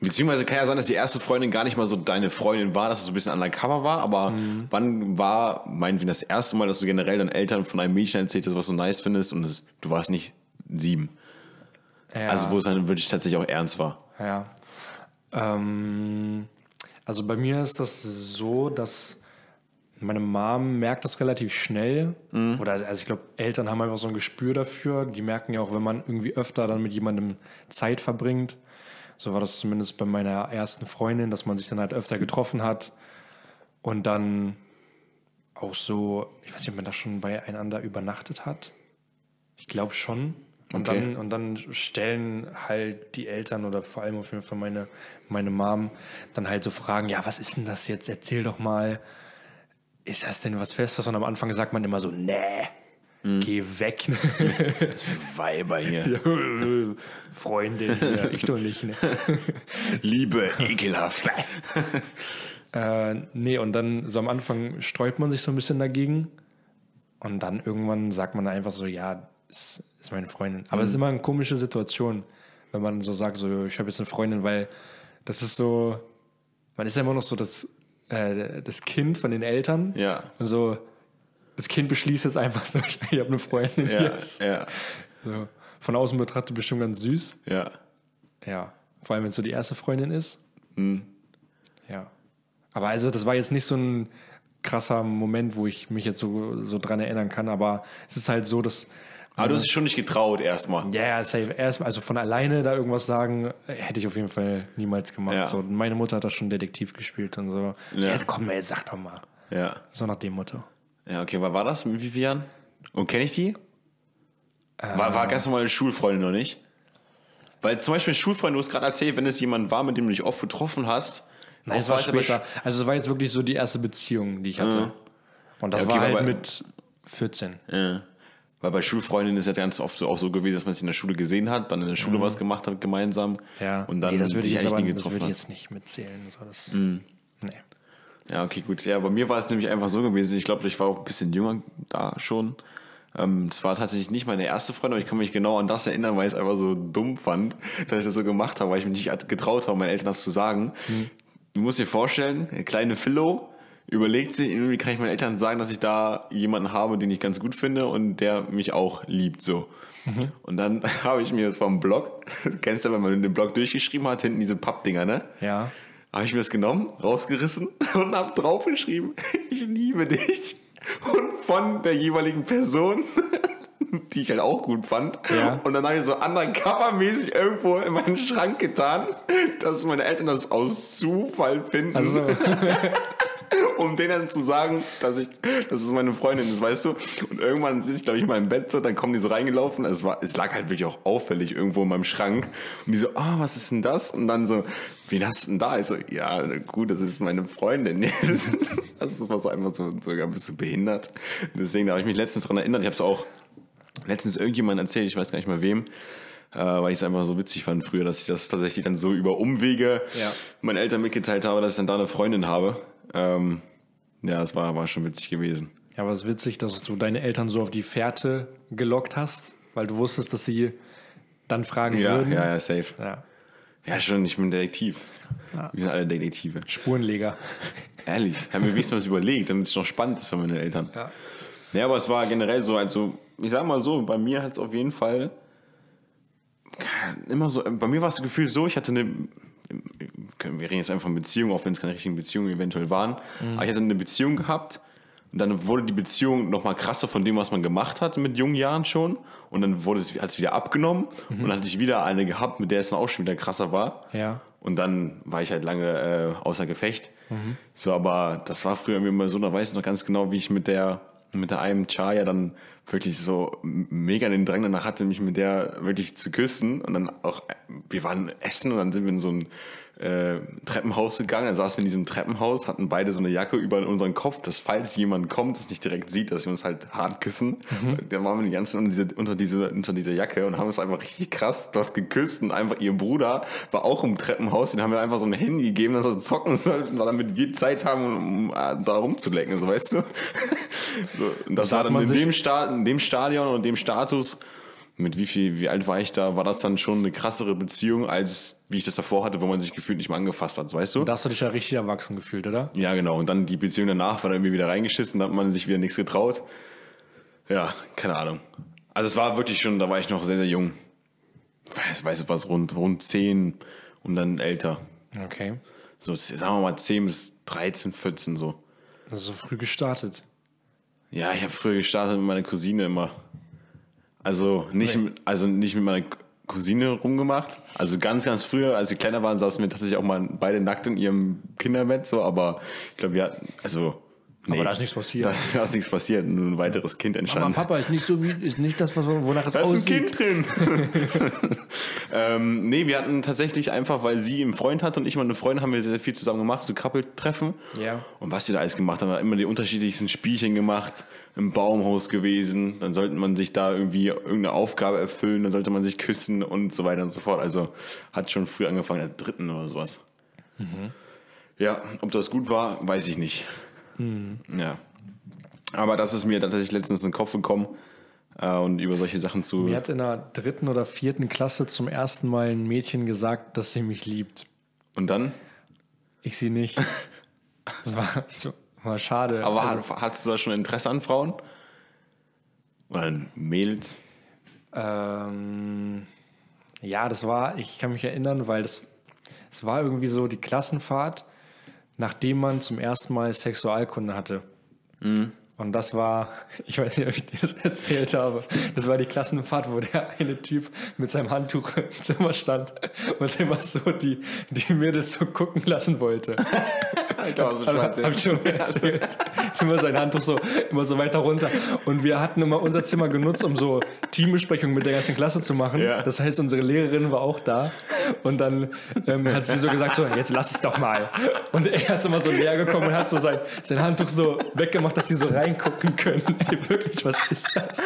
Beziehungsweise kann ja sein, dass die erste Freundin gar nicht mal so deine Freundin war, dass es so ein bisschen undercover war, aber wann war, meinetwegen, das erste Mal, dass du generell deinen Eltern von einem Mädchen erzählt hast, was du nice findest und es, du warst nicht sieben? Ja. Also, wo es dann wirklich tatsächlich auch ernst war. Ja. Ähm, also bei mir ist das so, dass meine Mom merkt das relativ schnell. Oder also ich glaube, Eltern haben einfach so ein Gespür dafür. Die merken ja auch, wenn man irgendwie öfter dann mit jemandem Zeit verbringt. So war das zumindest bei meiner ersten Freundin, dass man sich dann halt öfter getroffen hat und dann auch so, ich weiß nicht, ob man da schon beieinander übernachtet hat. Ich glaube schon. Und, Okay. dann, und dann stellen halt die Eltern oder vor allem auf jeden Fall meine, meine Mom dann halt so Fragen, ja, was ist denn das jetzt? Erzähl doch mal. Ist das denn was Festes? Und am Anfang sagt man immer so, nee, geh weg. Weiber hier. Freundin, ja, ich doch nicht. Ne? Liebe, ekelhaft. Äh, nee, und dann so am Anfang sträubt man sich so ein bisschen dagegen. Und dann irgendwann sagt man einfach so, ja, es ist meine Freundin. Aber Hm. es ist immer eine komische Situation, wenn man so sagt, so, ich habe jetzt eine Freundin, weil das ist so, man ist ja immer noch so das, äh, das Kind von den Eltern. Ja. Und so, das Kind beschließt jetzt einfach so, ich habe eine Freundin Ja, jetzt. ja, So. Von außen betrachtet bestimmt ganz süß. ja. Ja. Vor allem, wenn es so die erste Freundin ist. Mhm. Ja. Aber also, das war jetzt nicht so ein krasser Moment, wo ich mich jetzt so, so dran erinnern kann, aber es ist halt so, dass. Aber du hast dich schon nicht getraut erstmal. Ja, ja, safe. Erstmal, also von alleine da irgendwas sagen, äh, hätte ich auf jeden Fall niemals gemacht. Ja. So, meine Mutter hat da schon Detektiv gespielt und so. so Ja. jetzt komm, jetzt sag doch mal. Ja. So nach dem Motto. Ja, okay, wann war das? Mit wie vielen Jahren? Und kenne ich die? War, Ähm. war ganz normale Schulfreundin noch nicht? Weil zum Beispiel Schulfreunde, du hast gerade erzählt, wenn es jemand war, mit dem du dich oft getroffen hast. Nein, auch es war weiß, aber später. Also, es war jetzt wirklich so die erste Beziehung, die ich hatte. Und das Mhm. Ja, okay, war halt aber- mit 14. sch- äh, Weil bei Schulfreundinnen ist ja ganz oft so, auch so gewesen, dass man sich in der Schule gesehen hat, dann in der Schule was gemacht hat gemeinsam. Mhm. Ja, Und dann nee, das würde sich ich jetzt, eigentlich aber, nie das würde getroffen ich hat. jetzt nicht mitzählen. So, das, nee. Ja, okay, gut. Ja, bei mir war es nämlich einfach so gewesen. Ich glaube, ich war auch ein bisschen jünger da schon. Ähm, Es war tatsächlich nicht meine erste Freundin, aber ich kann mich genau an das erinnern, weil ich es einfach so dumm fand, dass ich das so gemacht habe, weil ich mich nicht getraut habe, meinen Eltern das zu sagen. Du musst dir vorstellen, der kleine Philo überlegt sich, irgendwie kann ich meinen Eltern sagen, dass ich da jemanden habe, den ich ganz gut finde und der mich auch liebt, so. Und dann habe ich mir das vom Blog, kennst du, wenn man den Blog durchgeschrieben hat, hinten diese Pappdinger, ne? Ja. Habe ich mir das genommen, rausgerissen und habe draufgeschrieben, ich liebe dich. Und von der jeweiligen Person, die ich halt auch gut fand. Ja. Und dann habe ich so undercover-mäßig irgendwo in meinen Schrank getan, dass meine Eltern das aus Zufall finden, Also, um denen dann zu sagen, dass ich, dass es meine Freundin ist, weißt du. Und irgendwann sitze ich, glaube ich, in meinem Bett so, dann kommen die so reingelaufen. Es, war, es lag halt wirklich auch auffällig irgendwo in meinem Schrank. Und die so, ah, was ist denn das? Und dann so, wen hast du denn da? Ich so, ja, gut, das ist meine Freundin. das war so einfach so, sogar ein bisschen behindert. Und deswegen, da habe ich mich letztens dran erinnert. Ich habe es auch letztens irgendjemand erzählt, ich weiß gar nicht mal wem. Äh, weil ich es einfach so witzig fand früher, dass ich das tatsächlich dann so über Umwege Ja. meinen Eltern mitgeteilt habe, dass ich dann da eine Freundin habe. Ähm, ja, es war, war schon witzig gewesen. ja, aber es ist witzig, dass du deine Eltern so auf die Fährte gelockt hast, weil du wusstest, dass sie dann fragen Ja, würden. ja, ja, safe. Ja. Ja, schon, ich bin Detektiv. Wir sind alle Detektive. Spurenleger. Ehrlich, ich habe mir wenigstens was überlegt, damit es noch spannend ist für meine Eltern. Ja. Ja, aber es war generell so, also ich sag mal so, bei mir hat es auf jeden Fall immer so, bei mir war es das Gefühl so, ich hatte eine, wir reden jetzt einfach von Beziehungen, auch wenn es keine richtigen Beziehungen eventuell waren, aber ich hatte eine Beziehung gehabt und dann wurde die Beziehung nochmal krasser von dem, was man gemacht hat mit jungen Jahren schon und dann wurde es, hat es wieder abgenommen und dann hatte ich wieder eine gehabt, mit der es dann auch schon wieder krasser war. Ja. Und dann war ich halt lange äh, außer Gefecht. So, aber das war früher irgendwie immer so, da weiß ich noch ganz genau, wie ich mit der, mit der einen Chaya dann wirklich so m- mega den Drang danach hatte, mich mit der wirklich zu küssen. Und dann auch, äh, wir waren essen und dann sind wir in so ein äh, Treppenhaus gegangen. Dann saßen wir in diesem Treppenhaus, hatten beide so eine Jacke über unseren Kopf, dass falls jemand kommt, das nicht direkt sieht, dass wir uns halt hart küssen. Mhm. Dann waren wir die ganze Zeit unter, diese, unter, diese, unter dieser Jacke und haben uns einfach richtig krass dort geküsst und einfach ihr Bruder war auch im Treppenhaus, den haben wir einfach so ein Handy gegeben, dass er zocken sollte, weil damit wir Zeit haben, um, um äh, da rumzulecken, so weißt du. So, und das Da war hat dann man in sich- dem, Sta in dem Stadion und dem Status mit wie viel, wie alt war ich da, war das dann schon eine krassere Beziehung, als wie ich das davor hatte, wo man sich gefühlt nicht mal angefasst hat, weißt du? Da hast du dich ja richtig erwachsen gefühlt, oder? Ja, genau. Und dann die Beziehung danach war dann irgendwie wieder reingeschissen, da hat man sich wieder nichts getraut. Ja, keine Ahnung. Also es war wirklich schon, da war ich noch sehr, sehr jung. Weiß, weiß ich was, rund, rund 10 und dann älter. Okay. So, sagen wir mal 10 bis 13, 14 so. Das ist so früh gestartet. Ja, ich habe früher gestartet mit meiner Cousine immer. Also nicht, mit- also nicht mit meiner Cousine rumgemacht. Also ganz, ganz früher, als wir kleiner waren, saßen wir tatsächlich auch mal beide nackt in ihrem Kinderbett so, aber ich glaube, wir hatten, also. nee. da ist nichts passiert. Da, da ist nichts passiert, nur ein weiteres Kind Aber entstanden. Papa ist nicht so wie, ist nicht das, was, wonach es Da ist ein aussieht. Kind drin. ähm, nee, wir hatten tatsächlich einfach, weil sie einen Freund hatte und ich meine Freundin, haben wir sehr, sehr viel zusammen gemacht, so Couple-Treffen. Ja. Und was wir da alles gemacht haben, haben immer die unterschiedlichsten Spielchen gemacht, im Baumhaus gewesen, dann sollte man sich da irgendwie irgendeine Aufgabe erfüllen, dann sollte man sich küssen und so weiter und so fort. Also hat schon früh angefangen, in der dritten oder sowas. Mhm. Ja, ob das gut war, weiß ich nicht. Ja. Aber das ist mir tatsächlich letztens in den Kopf gekommen äh, und über solche Sachen zu. Mir hat in der dritten oder vierten Klasse zum ersten Mal ein Mädchen gesagt, dass sie mich liebt. Und dann? Ich sie nicht. Das war, das war schade. Aber also, hat- hattest du da schon Interesse an Frauen? Oder an Mädels? ähm, ja, das war, ich kann mich erinnern, weil das, das war irgendwie so die Klassenfahrt, nachdem man zum ersten Mal Sexualkunde hatte. Und das war, ich weiß nicht, ob ich dir das erzählt habe, das war die Klassenfahrt, wo der eine Typ mit seinem Handtuch im Zimmer stand und immer so die, die Mädels so gucken lassen wollte. Ich also glaube, das Hab- Hab ich schon mal erzählt. Ist immer sein Handtuch so, immer so weiter runter. Und wir hatten immer unser Zimmer genutzt, um so Teambesprechungen mit der ganzen Klasse zu machen. Ja. Das heißt, unsere Lehrerin war auch da. Und dann ähm, hat sie so gesagt, so, jetzt lass es doch mal. Und er ist immer so leer gekommen und hat so sein, sein Handtuch so weggemacht, dass die so reingucken können. Ey, wirklich, was ist das?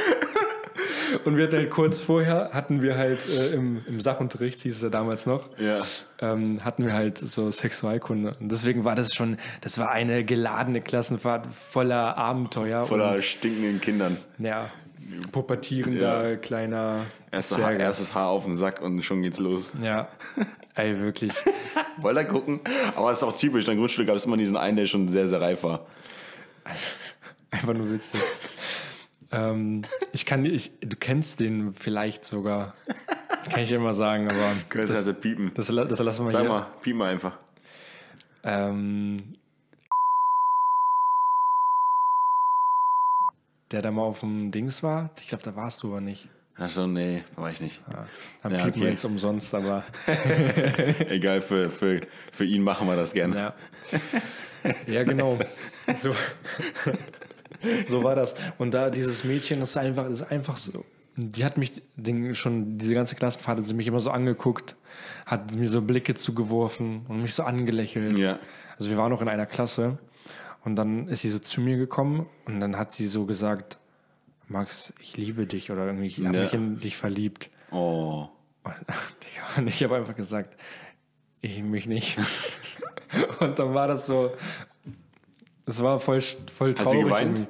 Und wir hatten halt kurz vorher, hatten wir halt äh, im, im Sachunterricht, hieß es ja damals noch, Ja. ähm, hatten wir halt so Sexualkunde. Und deswegen war das schon, das war eine geladene Klassenfahrt voller Abenteuer. Voller stinkenden Kindern. und, ja, pubertierender, Ja. kleiner Erste Haar, Zwerge. erstes Haar auf den Sack und schon geht's los. Ja, ey, wirklich. Wollt ihr gucken? Aber es ist auch typisch. In der Grundschule gab es immer diesen einen, der schon sehr, sehr reif war. Einfach nur witzig. ähm, ich kann, ich, du kennst den vielleicht sogar. Kann ich immer sagen, aber Könntest du also piepen. das, la- das lassen wir Sag hier. mal, piep mal einfach. Ähm, der da mal auf dem Dings war, ich glaube, da warst du aber nicht. Achso, nee, war ich nicht. Dann Ja, piepen wir okay. jetzt umsonst, aber Egal, für, für, für ihn machen wir das gerne. ja. ja, genau. So, so war das. Und da dieses Mädchen ist einfach, ist einfach so. Die hat mich den, schon, diese ganze Klassenfahrt hat sie mich immer so angeguckt, hat mir so Blicke zugeworfen und mich so angelächelt. Ja. Also wir waren noch in einer Klasse und dann ist sie so zu mir gekommen und dann hat sie so gesagt, Max, ich liebe dich oder irgendwie, ich habe Ja. mich in dich verliebt. Oh. Und, Digga, und ich habe einfach gesagt, ich mich nicht. und dann war das so, es war voll, voll sie traurig. geweint? irgendwie.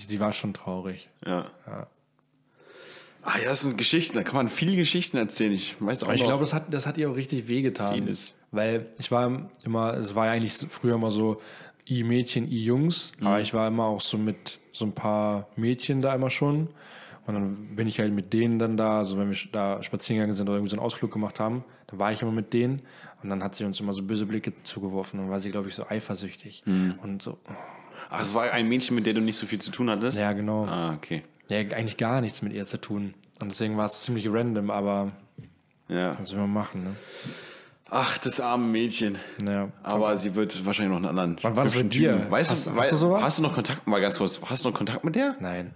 Die, die war schon traurig. Ja. Ah ja, das sind Geschichten. Da kann man viele Geschichten erzählen. Ich weiß auch Aber ich noch. glaube, das hat, das hat ihr auch richtig wehgetan. Vieles. Weil ich war immer, es war ja eigentlich früher immer so, i Mädchen, i Jungs. Aber ich war immer auch so mit so ein paar Mädchen da immer schon. Und dann bin ich halt mit denen dann da, also wenn wir da spazieren gegangen sind oder irgendwie so einen Ausflug gemacht haben, dann war ich immer mit denen. Und dann hat sie uns immer so böse Blicke zugeworfen und war sie, glaube ich, so eifersüchtig. Und so, Ach, es war ein Mädchen, mit der du nicht so viel zu tun hattest? ja, genau. Ah, okay. Ja, eigentlich gar nichts mit ihr zu tun. Und deswegen war es ziemlich random, aber Ja. was will man machen, ne? Ach, das arme Mädchen. Ja. Aber sie wird wahrscheinlich noch einen anderen. Wann war das hübschen mit dir? Typen. Weißt Hast- du, hast weißt, du du sowas? Hast du noch Kontakt? Mal ganz kurz. Hast du noch Kontakt mit der? Nein.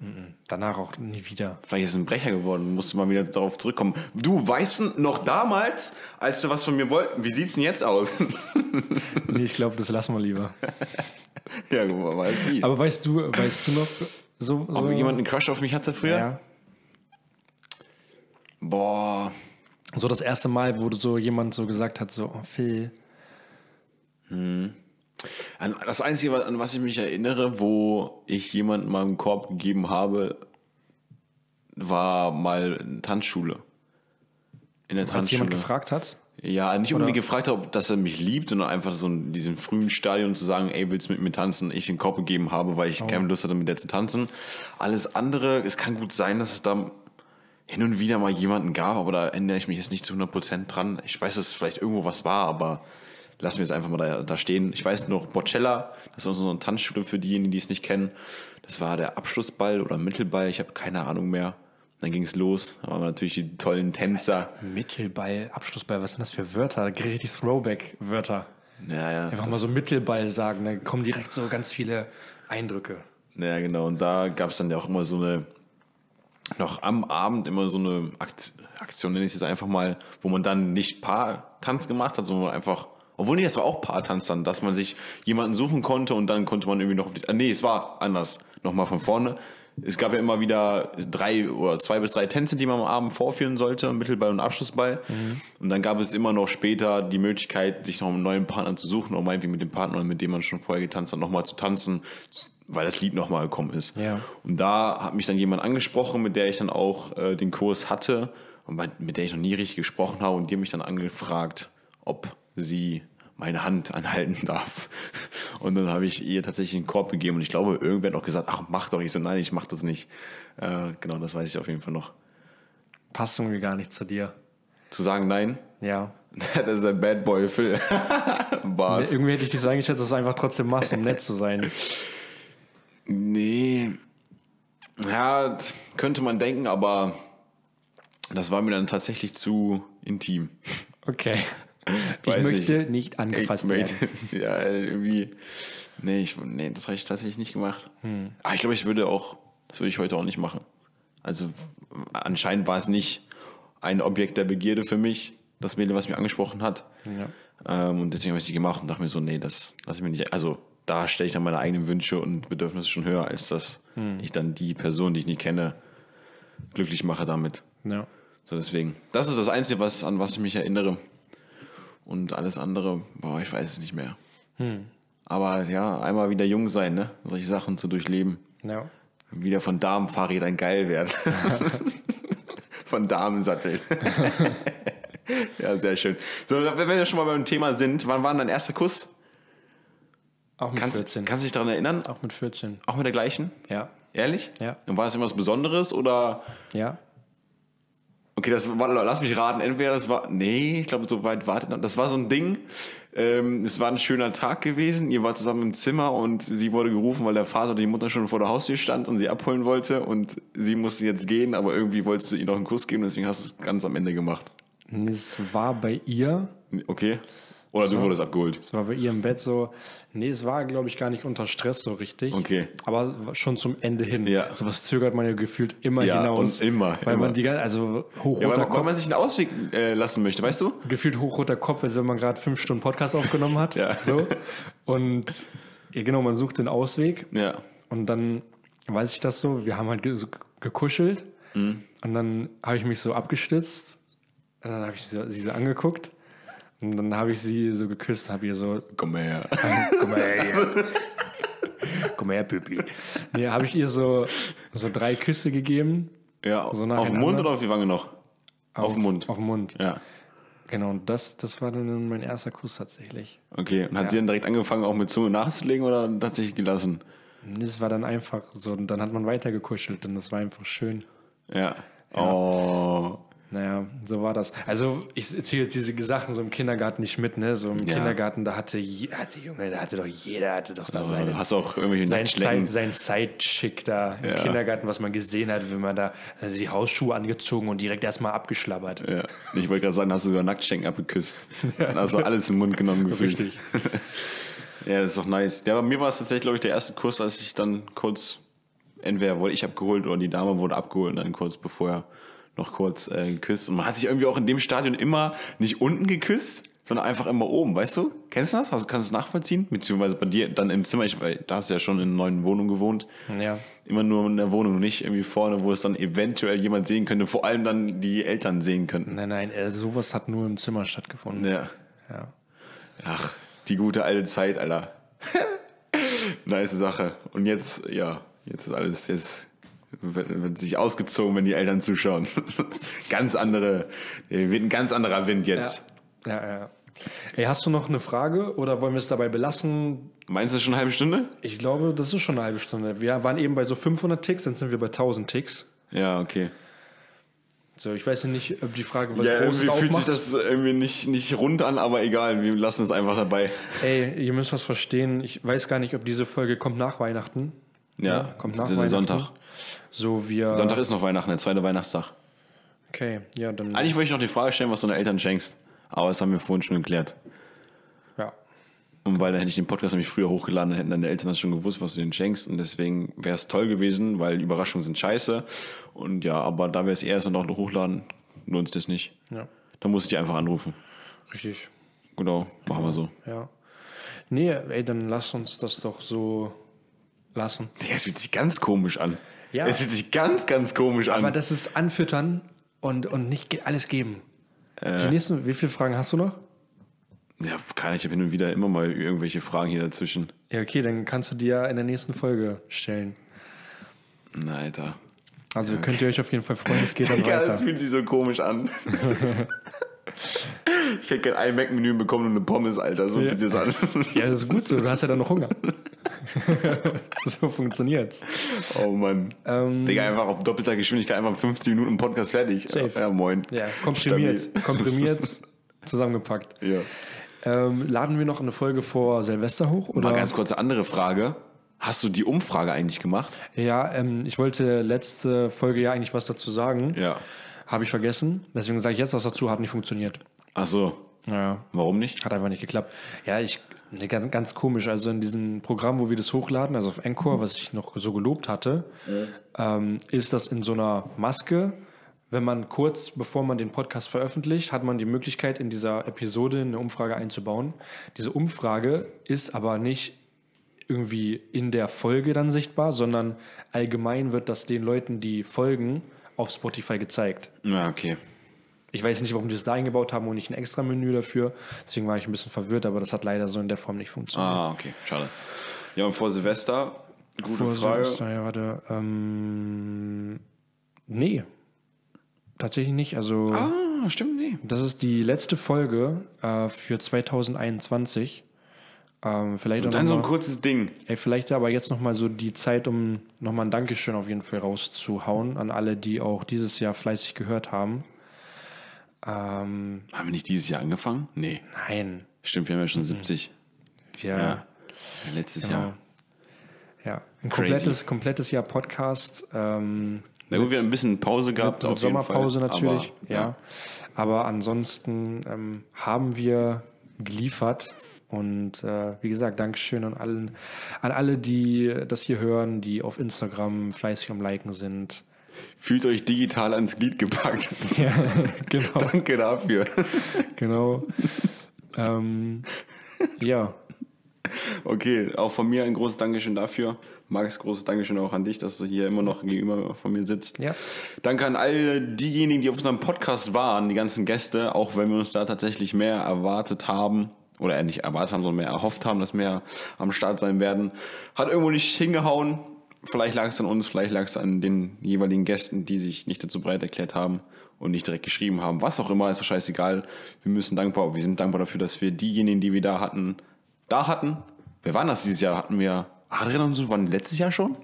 Mhm. Danach auch nie wieder. Vielleicht ist es ein Brecher geworden. Musst du mal wieder darauf zurückkommen. Du weißt n- noch damals, als du was von mir wolltest. Wie sieht's denn jetzt aus? Nee, ich glaube, das lassen wir lieber. ja, gut, man weiß nie. Aber weißt du, weißt du noch so, so Ob jemand einen Crush auf mich hatte früher? ja. Boah. So das erste Mal, wo du so jemand so gesagt hat, so, oh Phil. An- Das Einzige, wa- an was ich mich erinnere, wo ich jemandem mal einen Korb gegeben habe, war mal eine Tanzschule. In der Als Tanzschule. jemand gefragt hat, Ja, nicht unbedingt gefragt habe, dass er mich liebt, sondern einfach so in diesem frühen Stadium zu sagen, ey, willst du mit mir tanzen? Ich den Kopf gegeben habe, weil ich keine Lust hatte, mit der zu tanzen. Alles andere, es kann gut sein, dass es da hin und wieder mal jemanden gab, aber da erinnere ich mich jetzt nicht zu 100% dran. Ich weiß, dass vielleicht irgendwo was war, aber lassen wir es einfach mal da, da stehen. Ich weiß noch, Bocella, das ist unsere Tanzschule für diejenigen, die es nicht kennen. Das war der Abschlussball oder Mittelball, ich habe keine Ahnung mehr. Dann ging es los, da waren natürlich die tollen Tänzer. Mittelball, Abschlussball, was sind das für Wörter? Richtig Throwback-Wörter. Naja, Einfach mal so Mittelball sagen, da kommen direkt so ganz viele Eindrücke. Ja, genau. Und da gab es dann ja auch immer so eine, noch am Abend immer so eine Akt Aktion, nenne ich es jetzt einfach mal, wo man dann nicht Paartanz gemacht hat, sondern einfach, obwohl nee, das war auch Paartanz dann, dass man sich jemanden suchen konnte und dann konnte man irgendwie noch auf die, ah, nee, es war anders, nochmal von vorne. Es gab ja immer wieder drei oder zwei bis drei Tänze, die man am Abend vorführen sollte, Mittelball und Abschlussball. Und dann gab es immer noch später die Möglichkeit, sich noch einen neuen Partner zu suchen, oder meinetwegen mit dem Partner, mit dem man schon vorher getanzt hat, nochmal zu tanzen, weil das Lied nochmal gekommen ist. Ja. Und da hat mich dann jemand angesprochen, mit der ich dann auch äh, den Kurs hatte und bei- mit der ich noch nie richtig gesprochen habe und die hat mich dann angefragt, ob sie meine Hand anhalten darf. Und dann habe ich ihr tatsächlich einen Korb gegeben und ich glaube, irgendwer hat auch gesagt, ach, mach doch. Ich so, nein, ich mach das nicht. Äh, genau, das weiß ich auf jeden Fall noch. Passt irgendwie gar nicht zu dir. Zu sagen nein, Ja. das ist ein Bad Boy, Phil. Bars. Irgendwie hätte ich dich so eingeschätzt, dass du es einfach trotzdem machst, um nett zu sein. Nee. Ja, t- könnte man denken, aber das war mir dann tatsächlich zu intim. Okay. Weiß ich möchte nicht. nicht, angefasst Ich werden. möchte- ja, irgendwie. Nee, ich, nee, das habe ich tatsächlich nicht gemacht. Hm. Aber ich glaube, ich würde auch, das würde ich heute auch nicht machen. Also anscheinend war es nicht ein Objekt der Begierde für mich, das Mädel, was mir angesprochen hat. Ja. Ähm, und deswegen habe ich sie gemacht und dachte mir so, nee, das lasse ich mir nicht. Also da stelle ich dann meine eigenen Wünsche und Bedürfnisse schon höher, als dass Hm. ich dann die Person, die ich nicht kenne, glücklich mache damit. Ja. So deswegen. Das ist das Einzige, was, an was ich mich erinnere. Und alles andere, boah, ich weiß es nicht mehr. Aber ja, einmal wieder jung sein, ne? Solche Sachen zu durchleben. ja. Wieder von Damenfahrrädern geil werden. von Damensattel. ja, sehr schön. So, wenn wir schon mal beim Thema sind, wann war denn dein erster Kuss? Auch mit Kannst, 14. kannst du dich daran erinnern? Auch mit 14. Auch mit der gleichen? Ja. Ehrlich? Ja. Und war das irgendwas Besonderes oder Ja. Okay, das war, lass mich raten, entweder das war, nee, ich glaube, so weit wartet noch. Das war so ein Ding, ähm, es war ein schöner Tag gewesen, ihr wart zusammen im Zimmer und sie wurde gerufen, weil der Vater oder die Mutter schon vor der Haustür stand und sie abholen wollte und sie musste jetzt gehen, aber irgendwie wolltest du ihr noch einen Kuss geben, deswegen hast du es ganz am Ende gemacht. Es war bei ihr, Okay? Oder du wurdest abgeholt. es war bei ihr im Bett so, nee, es war, glaube ich, gar nicht unter Stress so richtig. Okay. Aber schon zum Ende hin. Ja. Sowas zögert man ja gefühlt immer Ja, hinaus. und immer, Weil immer. man die ganze, also hoch Ja, weil, runter man- weil Kopf, man sich einen Ausweg äh, lassen möchte, weißt du? gefühlt hochroter Kopf, als wenn man gerade fünf Stunden Podcast aufgenommen hat. Ja. So. Und ja, genau, man sucht den Ausweg. Ja. Und dann weiß ich das so, wir haben halt ge so gekuschelt. Und dann habe ich mich so abgestützt. Und dann habe ich sie, sie so angeguckt. Und dann habe ich sie so geküsst, habe ihr so, Komm mal her. komm mal her. hier. Komm mal her, Püppi. Nee, habe ich ihr so, so drei Küsse gegeben. Ja, So auf den Mund nacheinander. oder auf die Wange noch? Auf, den Mund. Auf den Mund. ja. Genau, und das, das war dann mein erster Kuss tatsächlich. Okay, und hat sie dann direkt angefangen, auch mit Zunge nachzulegen oder tatsächlich gelassen? Und das war dann einfach so, und dann hat man weiter gekuschelt und das war einfach schön. Ja. Genau. Oh. Naja, so war das. Also ich erzähle jetzt diese Sachen so im Kindergarten nicht mit, ne? So im Ja. Kindergarten, da hatte, je- hatte Junge, da hatte doch jeder, hatte doch da Also, seine, du hast auch irgendwelche sein, Side- Nacktschlecken. sein Sidechick da im Ja. Kindergarten, was man gesehen hat, wenn man da also die Hausschuhe angezogen und direkt erstmal abgeschlabbert. Ja. Ich wollte gerade sagen, hast du sogar Nacktschenken abgeküsst. Dann hast du alles im Mund genommen gefühlt. Richtig. Ja, das ist doch nice. Ja, bei mir war es tatsächlich, glaube ich, der erste Kurs, als ich dann kurz, entweder wurde ich abgeholt oder die Dame wurde abgeholt und dann kurz bevor noch kurz äh, geküsst. Und man hat sich irgendwie auch in dem Stadion immer nicht unten geküsst, sondern einfach immer oben, weißt du? Kennst du das? Hast, kannst du es nachvollziehen? Beziehungsweise bei dir dann im Zimmer, ich, weil da hast du ja schon in einer neuen Wohnung gewohnt. Ja. Immer nur in der Wohnung, nicht irgendwie vorne, wo es dann eventuell jemand sehen könnte, vor allem dann die Eltern sehen könnten. Nein, nein, äh, sowas hat nur im Zimmer stattgefunden. Ja. Ja. Ach, die gute alte Zeit, Alter. nice Sache. Und jetzt, ja, jetzt ist alles, jetzt Wird, wird sich ausgezogen, wenn die Eltern zuschauen. ganz andere, äh, wird ein ganz anderer Wind jetzt. Ja, ja, ja. Ey, hast du noch eine Frage oder wollen wir es dabei belassen? Meinst du schon eine halbe Stunde? Ich glaube, das ist schon eine halbe Stunde. Wir waren eben bei so 500 Ticks, dann sind wir bei 1000 Ticks. Ja, okay. So, ich weiß ja nicht, ob die Frage was Ja, irgendwie Großes fühlt aufmacht. sich das irgendwie nicht, nicht rund an, aber egal, wir lassen es einfach dabei. Ey, ihr müsst was verstehen. Ich weiß gar nicht, ob diese Folge kommt nach Weihnachten. Ja, kommt das nach ist Weihnachten. Sonntag. So, wir. Sonntag ist noch Weihnachten, der zweite Weihnachtstag. Okay, ja, dann. Eigentlich wollte ich noch die Frage stellen, was du deinen Eltern schenkst. Aber das haben wir vorhin schon geklärt. Ja. Und weil dann hätte ich den Podcast nämlich früher hochgeladen, dann hätten deine Eltern das schon gewusst, was du denen schenkst. Und deswegen wäre es toll gewesen, weil Überraschungen sind scheiße. Und ja, aber da wir es erst und auch noch hochladen, lohnt es das nicht. ja, Dann muss ich dich einfach anrufen. richtig. Genau, machen wir so. Ja. Nee, ey, dann lass uns das doch so lassen. Digga, es fühlt sich ganz komisch an. Ja. Es fühlt sich ganz, ganz komisch an. Aber das ist anfüttern und, und nicht ge- alles geben. Äh. Die nächsten, wie viele Fragen hast du noch? ja, keine, ich habe hin und wieder immer mal irgendwelche Fragen hier dazwischen. Ja, okay, dann kannst du dir ja in der nächsten Folge stellen. Na, Alter. Also könnt ihr euch auf jeden Fall freuen, es geht dann Digga, das weiter. fühlt sich so komisch an. ich hätte kein iMac-Menü bekommen und eine Pommes, Alter. So fühlt sich das an. Ja, das ist gut so, du hast ja dann noch Hunger. so funktioniert's. Oh Mann. Ähm, Digga, einfach auf doppelter Geschwindigkeit, einfach 15 Minuten Podcast fertig. Safe. Ja, moin. Ja, komprimiert. Stabil. Komprimiert, zusammengepackt. Ja. Ähm, laden wir noch eine Folge vor Silvester hoch? Oder? Mal ganz kurze andere Frage. Hast du die Umfrage eigentlich gemacht? Ja, ähm, ich wollte letzte Folge ja eigentlich was dazu sagen. Ja. Habe ich vergessen. Deswegen sage ich jetzt was dazu, hat nicht funktioniert. Ach so. Ja. Warum nicht? Hat einfach nicht geklappt. Ja, ich, ne, ganz, ganz komisch. Also in diesem Programm, wo wir das hochladen, also auf Encore, was ich noch so gelobt hatte, ähm, ist das in so einer Maske. Wenn man kurz bevor man den Podcast veröffentlicht, hat man die Möglichkeit, in dieser Episode eine Umfrage einzubauen. Diese Umfrage ist aber nicht irgendwie in der Folge dann sichtbar, sondern allgemein wird das den Leuten, die folgen, auf Spotify gezeigt. Ja, okay. Ich weiß nicht, warum die das da eingebaut haben und nicht ein extra Menü dafür. Deswegen war ich ein bisschen verwirrt, aber das hat leider so in der Form nicht funktioniert. Ah, okay. Schade. Ja, und vor Silvester, Ah, gute Vor Frage. Silvester, ja, warte. Ähm, nee. Tatsächlich nicht. Also, Ah, stimmt, nee. das ist die letzte Folge äh, für 2021. Ähm, vielleicht auch Dann so noch ein mal, kurzes Ding. ey, vielleicht aber jetzt nochmal so die Zeit, um nochmal ein Dankeschön auf jeden Fall rauszuhauen an alle, die auch dieses Jahr fleißig gehört haben. Ähm, Haben wir nicht dieses Jahr angefangen? Nee. nein. Stimmt, wir haben ja Mhm. schon 70. Wir, Ja. Letztes Genau. Jahr. Ja, ein Crazy. komplettes, komplettes Jahr Podcast. Ähm, Na gut, wir haben ein bisschen Pause gehabt. mit auf jeden Sommerpause Fall. natürlich. Aber, ja. Aber ansonsten ähm, haben wir geliefert. Und äh, wie gesagt, Dankeschön an, allen, an alle, die das hier hören, die auf Instagram fleißig am Liken sind. Fühlt euch digital ans Glied gepackt. Ja, genau. Danke dafür. genau. ähm, ja, Okay, auch von mir ein großes Dankeschön dafür. Max, großes Dankeschön auch an dich, dass du hier immer noch gegenüber von mir sitzt. Ja. Danke an all diejenigen, die auf unserem Podcast waren, die ganzen Gäste, auch wenn wir uns da tatsächlich mehr erwartet haben. Oder äh, nicht erwartet haben, sondern mehr erhofft haben, dass mehr am Start sein werden. Hat irgendwo nicht hingehauen. Vielleicht lag es an uns, vielleicht lag es an den jeweiligen Gästen, die sich nicht dazu bereit erklärt haben und nicht direkt geschrieben haben. Was auch immer, ist doch scheißegal. Wir müssen dankbar, wir sind dankbar dafür, dass wir diejenigen, die wir da hatten, da hatten. Wer waren das dieses Jahr? Hatten wir Adrian und so? Waren die letztes Jahr schon?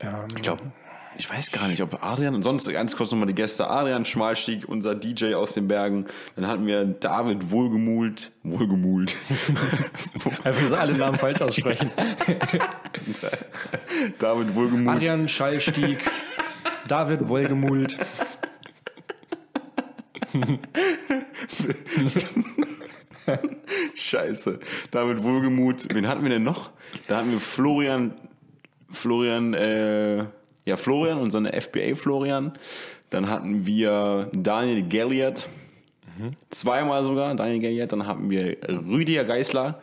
ähm, Ich glaube, ich weiß gar nicht, ob Adrian und sonst ganz kurz nochmal die Gäste. Adrian Schmalstieg, unser DJ aus den Bergen. Dann hatten wir David Wohlgemult. Wohlgemult. einfach so alle Namen falsch aussprechen. David Wohlgemult. Adrian Schallstieg, David Wolgemult. Scheiße. David Wohlgemut. Wen hatten wir denn noch? Da hatten wir Florian. Florian, äh, ja, Florian und seine FBA Florian. Dann hatten wir Daniel Gelliard. Zweimal sogar, Daniel Gelliard. Dann hatten wir Rüdiger Geißler.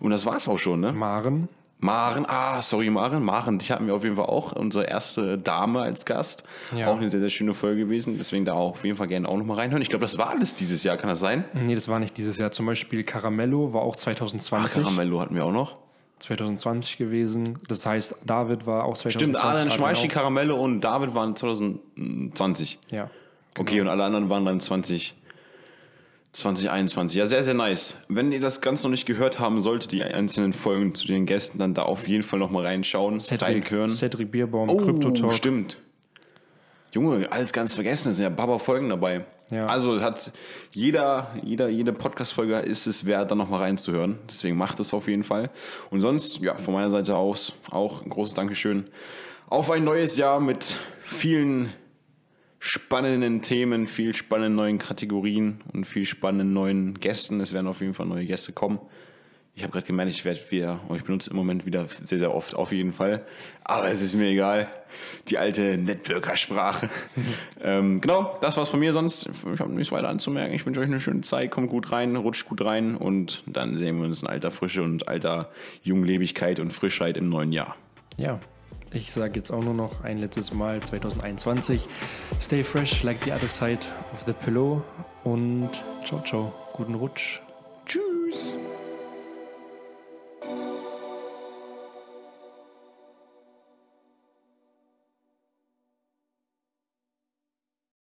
Und das war's auch schon, ne? Maren. Maren, ah, sorry, Maren. Maren, dich hatten wir auf jeden Fall auch. Unsere erste Dame als Gast. Ja. Auch eine sehr, sehr schöne Folge gewesen. Deswegen da auch auf jeden Fall gerne auch nochmal reinhören. Ich glaube, das war alles dieses Jahr, kann das sein? Nee, das war nicht dieses Jahr. Zum Beispiel Caramello war auch 2020. Caramello hatten wir auch noch. 2020 gewesen. Das heißt, David war auch 2020. Stimmt, Adrian Adrian Schmeichin, auch. Karamelle und David waren 2020. Ja. Okay, und alle anderen waren dann 20, 2021. Ja, sehr, sehr nice. Wenn ihr das Ganze noch nicht gehört haben solltet, die einzelnen Folgen zu den Gästen, dann da auf jeden Fall nochmal reinschauen. Cedric hören. Cedric Bierbaum, Crypto Oh, Talk. Stimmt. Junge, alles ganz vergessen, es sind ja Baba Folgen dabei. Ja. Also hat jeder, jeder, jede Podcast-Folge ist es wert, da nochmal reinzuhören. Deswegen macht es auf jeden Fall. Und sonst, ja, von meiner Seite aus auch ein großes Dankeschön auf ein neues Jahr mit vielen spannenden Themen, viel spannenden neuen Kategorien und viel spannenden neuen Gästen. Es werden auf jeden Fall neue Gäste kommen. Ich habe gerade gemerkt, ich werde wieder, oh, ich benutze im Moment wieder sehr, sehr oft, auf jeden Fall. Aber es ist mir egal. Die alte Networker-Sprache. ähm, genau, das war's von mir sonst. Ich habe nichts weiter anzumerken. Ich wünsche euch eine schöne Zeit. Kommt gut rein, rutscht gut rein und dann sehen wir uns in alter Frische und alter Junglebigkeit und Frischheit im neuen Jahr. Ja. Ich sage jetzt auch nur noch ein letztes Mal 2021. Stay fresh like the other side of the pillow und ciao, ciao. Guten Rutsch.